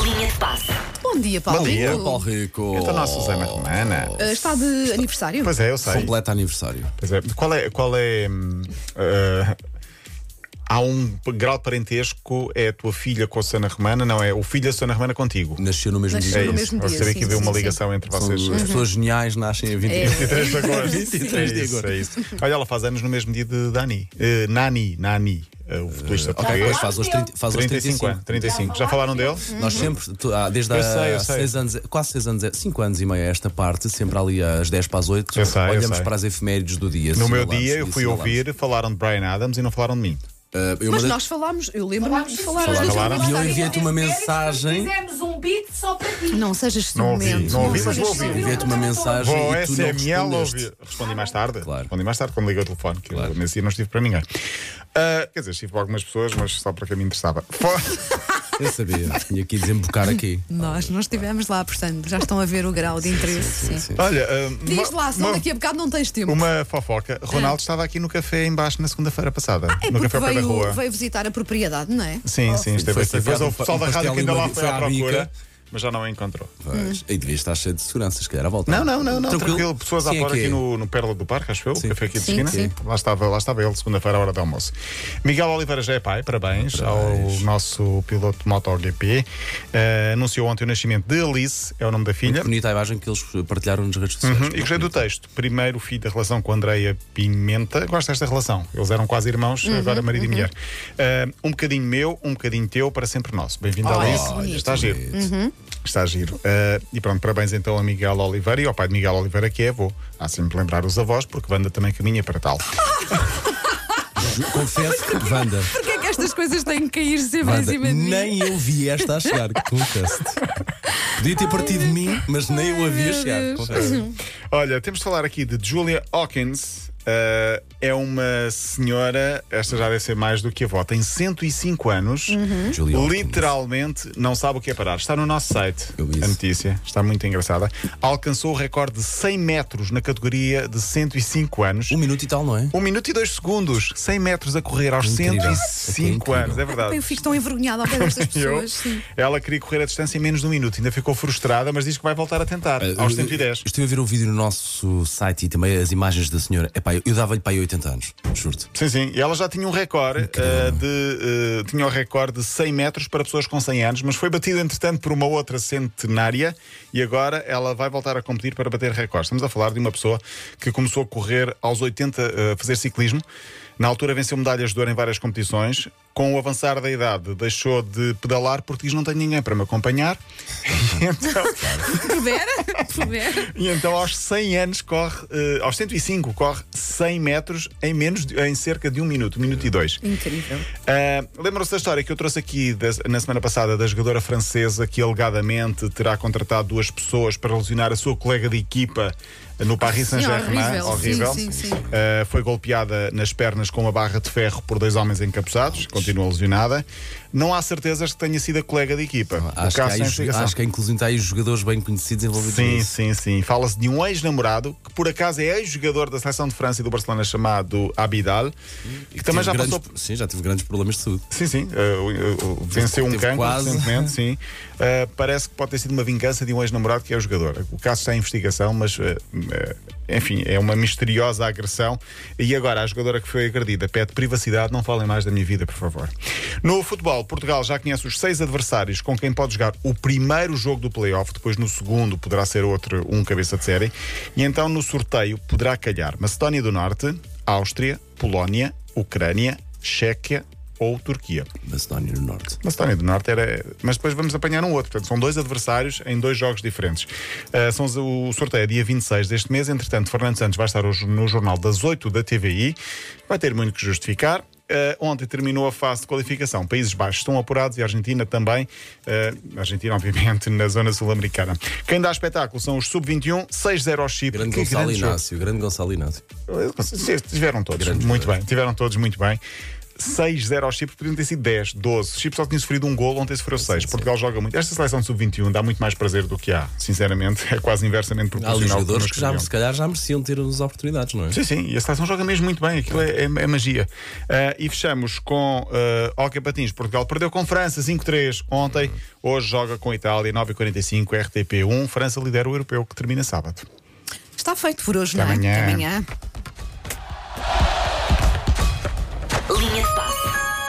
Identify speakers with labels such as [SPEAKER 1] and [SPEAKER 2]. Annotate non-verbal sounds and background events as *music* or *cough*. [SPEAKER 1] Linha de passe.
[SPEAKER 2] Bom dia, Paulo.
[SPEAKER 3] Bom dia.
[SPEAKER 2] Rico.
[SPEAKER 3] Bom
[SPEAKER 2] Ah,
[SPEAKER 4] Paulo Rico.
[SPEAKER 3] Então, nossa Susana Romana.
[SPEAKER 2] está de aniversário?
[SPEAKER 3] Pois é, eu sei.
[SPEAKER 4] Completa aniversário.
[SPEAKER 3] Pois é. Qual é. Qual é hum, ah, há um grau de parentesco, é a tua filha com a Susana Romana, não é? O filho da Susana Romana contigo.
[SPEAKER 4] Nasceu no mesmo
[SPEAKER 2] Nasceu
[SPEAKER 3] É
[SPEAKER 4] dia.
[SPEAKER 2] no
[SPEAKER 3] isso.
[SPEAKER 2] mesmo
[SPEAKER 3] eu
[SPEAKER 2] dia,
[SPEAKER 3] sabia
[SPEAKER 2] sim,
[SPEAKER 3] que havia
[SPEAKER 2] sim,
[SPEAKER 3] uma
[SPEAKER 2] sim.
[SPEAKER 3] ligação entre
[SPEAKER 4] São *laughs*
[SPEAKER 3] vocês.
[SPEAKER 4] As pessoas geniais nascem a 23.
[SPEAKER 2] É.
[SPEAKER 3] 23 de agosto.
[SPEAKER 4] 23 de
[SPEAKER 3] É isso,
[SPEAKER 4] agosto.
[SPEAKER 3] é isso. Olha, ela faz anos no mesmo dia de Dani. Eh, Nani, Nani, eh, o futebolista
[SPEAKER 4] Ok,
[SPEAKER 3] português.
[SPEAKER 4] pois faz aos 30 faz aos
[SPEAKER 3] 35 anos. 35. Já falaram dele?
[SPEAKER 4] Nós
[SPEAKER 2] Uhum.
[SPEAKER 4] sempre, tu- ah, desde
[SPEAKER 3] Eu
[SPEAKER 4] há
[SPEAKER 3] sei, eu sei.
[SPEAKER 4] seis anos, quase 6 anos, 5 anos e meio a esta parte, sempre ali às 10 para as 8,
[SPEAKER 3] Eu sei, eu
[SPEAKER 4] olhamos
[SPEAKER 3] sei.
[SPEAKER 4] para as efemérides do dia.
[SPEAKER 3] No meu
[SPEAKER 4] assinalamos,
[SPEAKER 3] dia, eu fui
[SPEAKER 4] assinalamos.
[SPEAKER 3] ouvir, falaram de Brian Adams e não falaram de mim.
[SPEAKER 4] Ah, eu
[SPEAKER 2] Mas
[SPEAKER 4] mandei-
[SPEAKER 2] nós falámos, eu lembro-me de falar.
[SPEAKER 3] Falaram,
[SPEAKER 2] os dois
[SPEAKER 3] falaram.
[SPEAKER 2] falámos.
[SPEAKER 4] E eu enviei-te uma mensagem.
[SPEAKER 1] Fizemos um beat só para ti.
[SPEAKER 2] Não sejas
[SPEAKER 3] Não ouvi,
[SPEAKER 2] ciumento.
[SPEAKER 3] não ouvi,
[SPEAKER 2] sejas
[SPEAKER 3] mas vou ouvir.
[SPEAKER 2] ciumento.
[SPEAKER 4] Enviei-te um uma mensagem
[SPEAKER 3] Vou é ao
[SPEAKER 4] e tu não
[SPEAKER 3] SML
[SPEAKER 4] respondeste.
[SPEAKER 3] ouvir. Respondi mais tarde.
[SPEAKER 4] é Claro.
[SPEAKER 3] Respondi mais tarde quando liguei o telefone, que
[SPEAKER 4] Claro.
[SPEAKER 3] eu nesse dia não estive para ninguém. Ah, quer dizer, estive para algumas pessoas, mas só para quem me interessava. Fo- *laughs*
[SPEAKER 4] Eu sabia, tinha
[SPEAKER 2] *laughs*
[SPEAKER 4] que desembocar aqui.
[SPEAKER 2] Nós, nós estivemos lá, portanto, já estão a ver o grau de interesse. sim.
[SPEAKER 4] Sim.
[SPEAKER 3] Olha, ah,
[SPEAKER 2] Diz
[SPEAKER 3] uma-
[SPEAKER 2] lá, só
[SPEAKER 3] uma-
[SPEAKER 2] daqui a bocado não tens tempo.
[SPEAKER 3] Uma fofoca. Ronaldo estava aqui no café embaixo na segunda-feira passada.
[SPEAKER 2] É
[SPEAKER 3] no
[SPEAKER 2] porque
[SPEAKER 3] café ao pé da rua.
[SPEAKER 2] veio, veio visitar a propriedade, não é?
[SPEAKER 3] Sim, sim,
[SPEAKER 4] foi
[SPEAKER 3] esteve aqui. Depois
[SPEAKER 4] saciado
[SPEAKER 3] houve o pessoal
[SPEAKER 4] um
[SPEAKER 3] da rádio
[SPEAKER 4] pastel
[SPEAKER 3] que ainda
[SPEAKER 4] e
[SPEAKER 3] lá
[SPEAKER 4] uma-
[SPEAKER 3] foi à
[SPEAKER 4] foi à bica.
[SPEAKER 3] procura, mas já não a encontrou.
[SPEAKER 4] Pois, E devia estar cheio de segurança, se calhar à volta.
[SPEAKER 3] Não, não, não, não. Tranquilo, pessoas à
[SPEAKER 4] Quem é
[SPEAKER 3] fora
[SPEAKER 4] que
[SPEAKER 3] aqui
[SPEAKER 4] é?
[SPEAKER 3] no, no Perla do Parque, acho eu,
[SPEAKER 4] Sim.
[SPEAKER 3] café aqui de
[SPEAKER 2] Sim,
[SPEAKER 3] esquina.
[SPEAKER 2] sim.
[SPEAKER 3] Lá estava, lá estava ele, segunda-feira, à hora do almoço. Miguel Oliveira já é pai, parabéns, ao nosso piloto de MotoGP. Eh, anunciou ontem o nascimento de Alice, é o nome da filha.
[SPEAKER 4] Bonita a imagem que eles partilharam nas redes sociais.
[SPEAKER 3] Uhum, E gostei do texto. Primeiro filho da relação com Andreia Pimenta. Gosto desta relação. Eles eram quase irmãos,
[SPEAKER 2] Uhum,
[SPEAKER 3] agora marido e mulher. Ah, um bocadinho meu, um bocadinho teu, para sempre nosso. Bem-vindo
[SPEAKER 2] Olha,
[SPEAKER 3] a
[SPEAKER 2] que bonito.
[SPEAKER 3] Está giro. Está giro. Ah, e pronto, parabéns então a Miguel Oliveira e ao pai de Miguel Oliveira, que é avô. Há sempre de lembrar os avós, porque Wanda também caminha para
[SPEAKER 2] *laughs*
[SPEAKER 3] tal.
[SPEAKER 4] Confesso que,
[SPEAKER 2] *laughs*
[SPEAKER 4] Wanda,
[SPEAKER 2] Porquê
[SPEAKER 3] *laughs*
[SPEAKER 2] é que estas coisas têm que cair sempre em
[SPEAKER 4] Wanda,
[SPEAKER 2] cima de mim?
[SPEAKER 4] nem eu vi esta a chegar, confesso-te. Podia ter partido de mim, mas nem eu a
[SPEAKER 2] Ai,
[SPEAKER 4] vi a
[SPEAKER 2] meu
[SPEAKER 4] chegar.
[SPEAKER 2] Deus.
[SPEAKER 4] confesso.
[SPEAKER 3] Olha, temos de falar aqui de Julia Hawkins. Ah, é uma senhora, esta já deve ser mais do que a avó, tem 105 anos.
[SPEAKER 2] Uhum.
[SPEAKER 4] Julia Hawkins.
[SPEAKER 3] Literalmente não sabe o que é parar. Está no nosso site
[SPEAKER 4] Eu vi
[SPEAKER 3] a
[SPEAKER 4] isso.
[SPEAKER 3] notícia, está muito engraçada. Alcançou o recorde de 100 metros na categoria de 105 anos.
[SPEAKER 4] Um minuto e tal, não é?
[SPEAKER 3] 1 minuto e 2 segundos, 100 metros a correr aos
[SPEAKER 4] Incrível. É que é
[SPEAKER 3] 105
[SPEAKER 4] incrível.
[SPEAKER 3] anos, é verdade.
[SPEAKER 2] Eu fico tão envergonhada ao pé destas
[SPEAKER 3] *laughs* Eu,
[SPEAKER 2] pessoas. sim.
[SPEAKER 3] ela queria correr a distância em menos de um minuto, ainda ficou frustrada, mas diz que vai voltar a tentar
[SPEAKER 4] Eh,
[SPEAKER 3] aos 110.
[SPEAKER 4] Eu Estive a ver um vídeo no nosso site e também as imagens da senhora. Epá, eu, eu dava-lhe para aí 80 anos, juro-te.
[SPEAKER 3] Sim, sim. E ela já tinha um recorde eh, de. eh, tinha o recorde de 100 metros para pessoas com 100 anos, mas foi batido, entretanto, por uma outra centenária e agora ela vai voltar a competir para bater recordes. Estamos a falar de uma pessoa que começou a correr aos 80, eh, a fazer ciclismo. Na altura venceu medalhas de ouro em várias competições. Com o avançar da idade, deixou de pedalar porque diz: não tenho ninguém para me acompanhar. E então,
[SPEAKER 2] Pudera? Pudera?
[SPEAKER 3] e então aos 100 anos corre, eh, aos 105, corre 100 metros em, menos de- em cerca de um minuto, um minuto e dois.
[SPEAKER 2] Incrível.
[SPEAKER 3] Ah, Lembram-se da história que eu trouxe aqui das- na semana passada da jogadora francesa que alegadamente terá contratado duas pessoas para lesionar a sua colega de equipa no Paris
[SPEAKER 2] Sim,
[SPEAKER 3] Saint-Germain?
[SPEAKER 2] horrível. Sim, sim, sim.
[SPEAKER 3] Ah, foi golpeada nas pernas com uma barra de ferro por dois homens encapuzados, continua lesionada. Não há certezas que tenha sido a colega de equipa. Então, O
[SPEAKER 4] Acho que,
[SPEAKER 3] caso
[SPEAKER 4] há,
[SPEAKER 3] sem
[SPEAKER 4] aí-
[SPEAKER 3] explicação.
[SPEAKER 4] acho que é há inclusive há aí jogadores bem conhecidos envolvidos
[SPEAKER 3] Sim,
[SPEAKER 4] nisso.
[SPEAKER 3] sim, sim. Fala-se de um ex-namorado que, por acaso, é ex-jogador da seleção de França e do Barcelona, chamado Abidal, que
[SPEAKER 4] Tive
[SPEAKER 3] também já
[SPEAKER 4] Hum. grandes-
[SPEAKER 3] passou
[SPEAKER 4] Sim, já tive grandes problemas de saúde.
[SPEAKER 3] Sim, sim. eh, o- o- o- venceu um
[SPEAKER 4] Teve
[SPEAKER 3] cancro
[SPEAKER 4] quase.
[SPEAKER 3] recentemente, sim. Eh, parece que pode ter sido uma vingança de um ex-namorado que é o jogador. O caso está em investigação, mas eh, eh, enfim, é uma misteriosa agressão. E agora, a jogadora que foi agredida pede privacidade, não falem mais da minha vida, por favor. No futebol, Portugal já conhece os seis adversários com quem pode jogar o primeiro jogo do playoff, depois no segundo poderá ser outro, um cabeça de série. E então no sorteio poderá calhar Macedónia do Norte, Áustria, Polónia, Ucrânia, Chequia ou Turquia.
[SPEAKER 4] Macedónia do Norte.
[SPEAKER 3] Macedónia do Norte era. Mas depois vamos apanhar um outro. Portanto, são dois adversários em dois jogos diferentes. Ah, são os- o sorteio é dia 26 deste mês. Entretanto, Fernando Santos vai estar hoje no jornal das 8 da TVI. Vai ter muito que justificar. Ah, ontem terminou a fase de qualificação. Países Baixos estão apurados e a Argentina também. Ah, a Argentina, *laughs* obviamente, na zona sul-americana. Quem dá espetáculo são os Sub-21, 6-0 um, ao Chipre.
[SPEAKER 4] Grande
[SPEAKER 3] Que
[SPEAKER 4] Gonçalo
[SPEAKER 3] grande jogo.
[SPEAKER 4] Inácio, grande Gonçalo Inácio.
[SPEAKER 3] Tiveram todos muito bem, tiveram todos muito bem. 6 0 ao Chipre, podiam ter sido 10, 12. O Chipre só tinha sofrido um gol, ontem sofreu 6. Portugal joga muito. Esta seleção de sub-21 dá muito mais prazer do que há, sinceramente. *laughs* É quase inversamente
[SPEAKER 4] Há ali
[SPEAKER 3] proporcional. ao que
[SPEAKER 4] jogadores
[SPEAKER 3] nós
[SPEAKER 4] que já,
[SPEAKER 3] queríamos.
[SPEAKER 4] se calhar já mereciam ter as oportunidades, não é?
[SPEAKER 3] Sim, sim, e a seleção joga mesmo muito bem, aquilo é, é- é magia. Ah, e fechamos com ah, Hockey Patins. Portugal perdeu com França 5-3 ontem, hoje joga com a Itália 9h45, RTP1. França lidera o europeu que termina sábado.
[SPEAKER 2] Está feito por hoje,
[SPEAKER 3] Até
[SPEAKER 2] não é?
[SPEAKER 3] amanhã.
[SPEAKER 2] Até amanhã.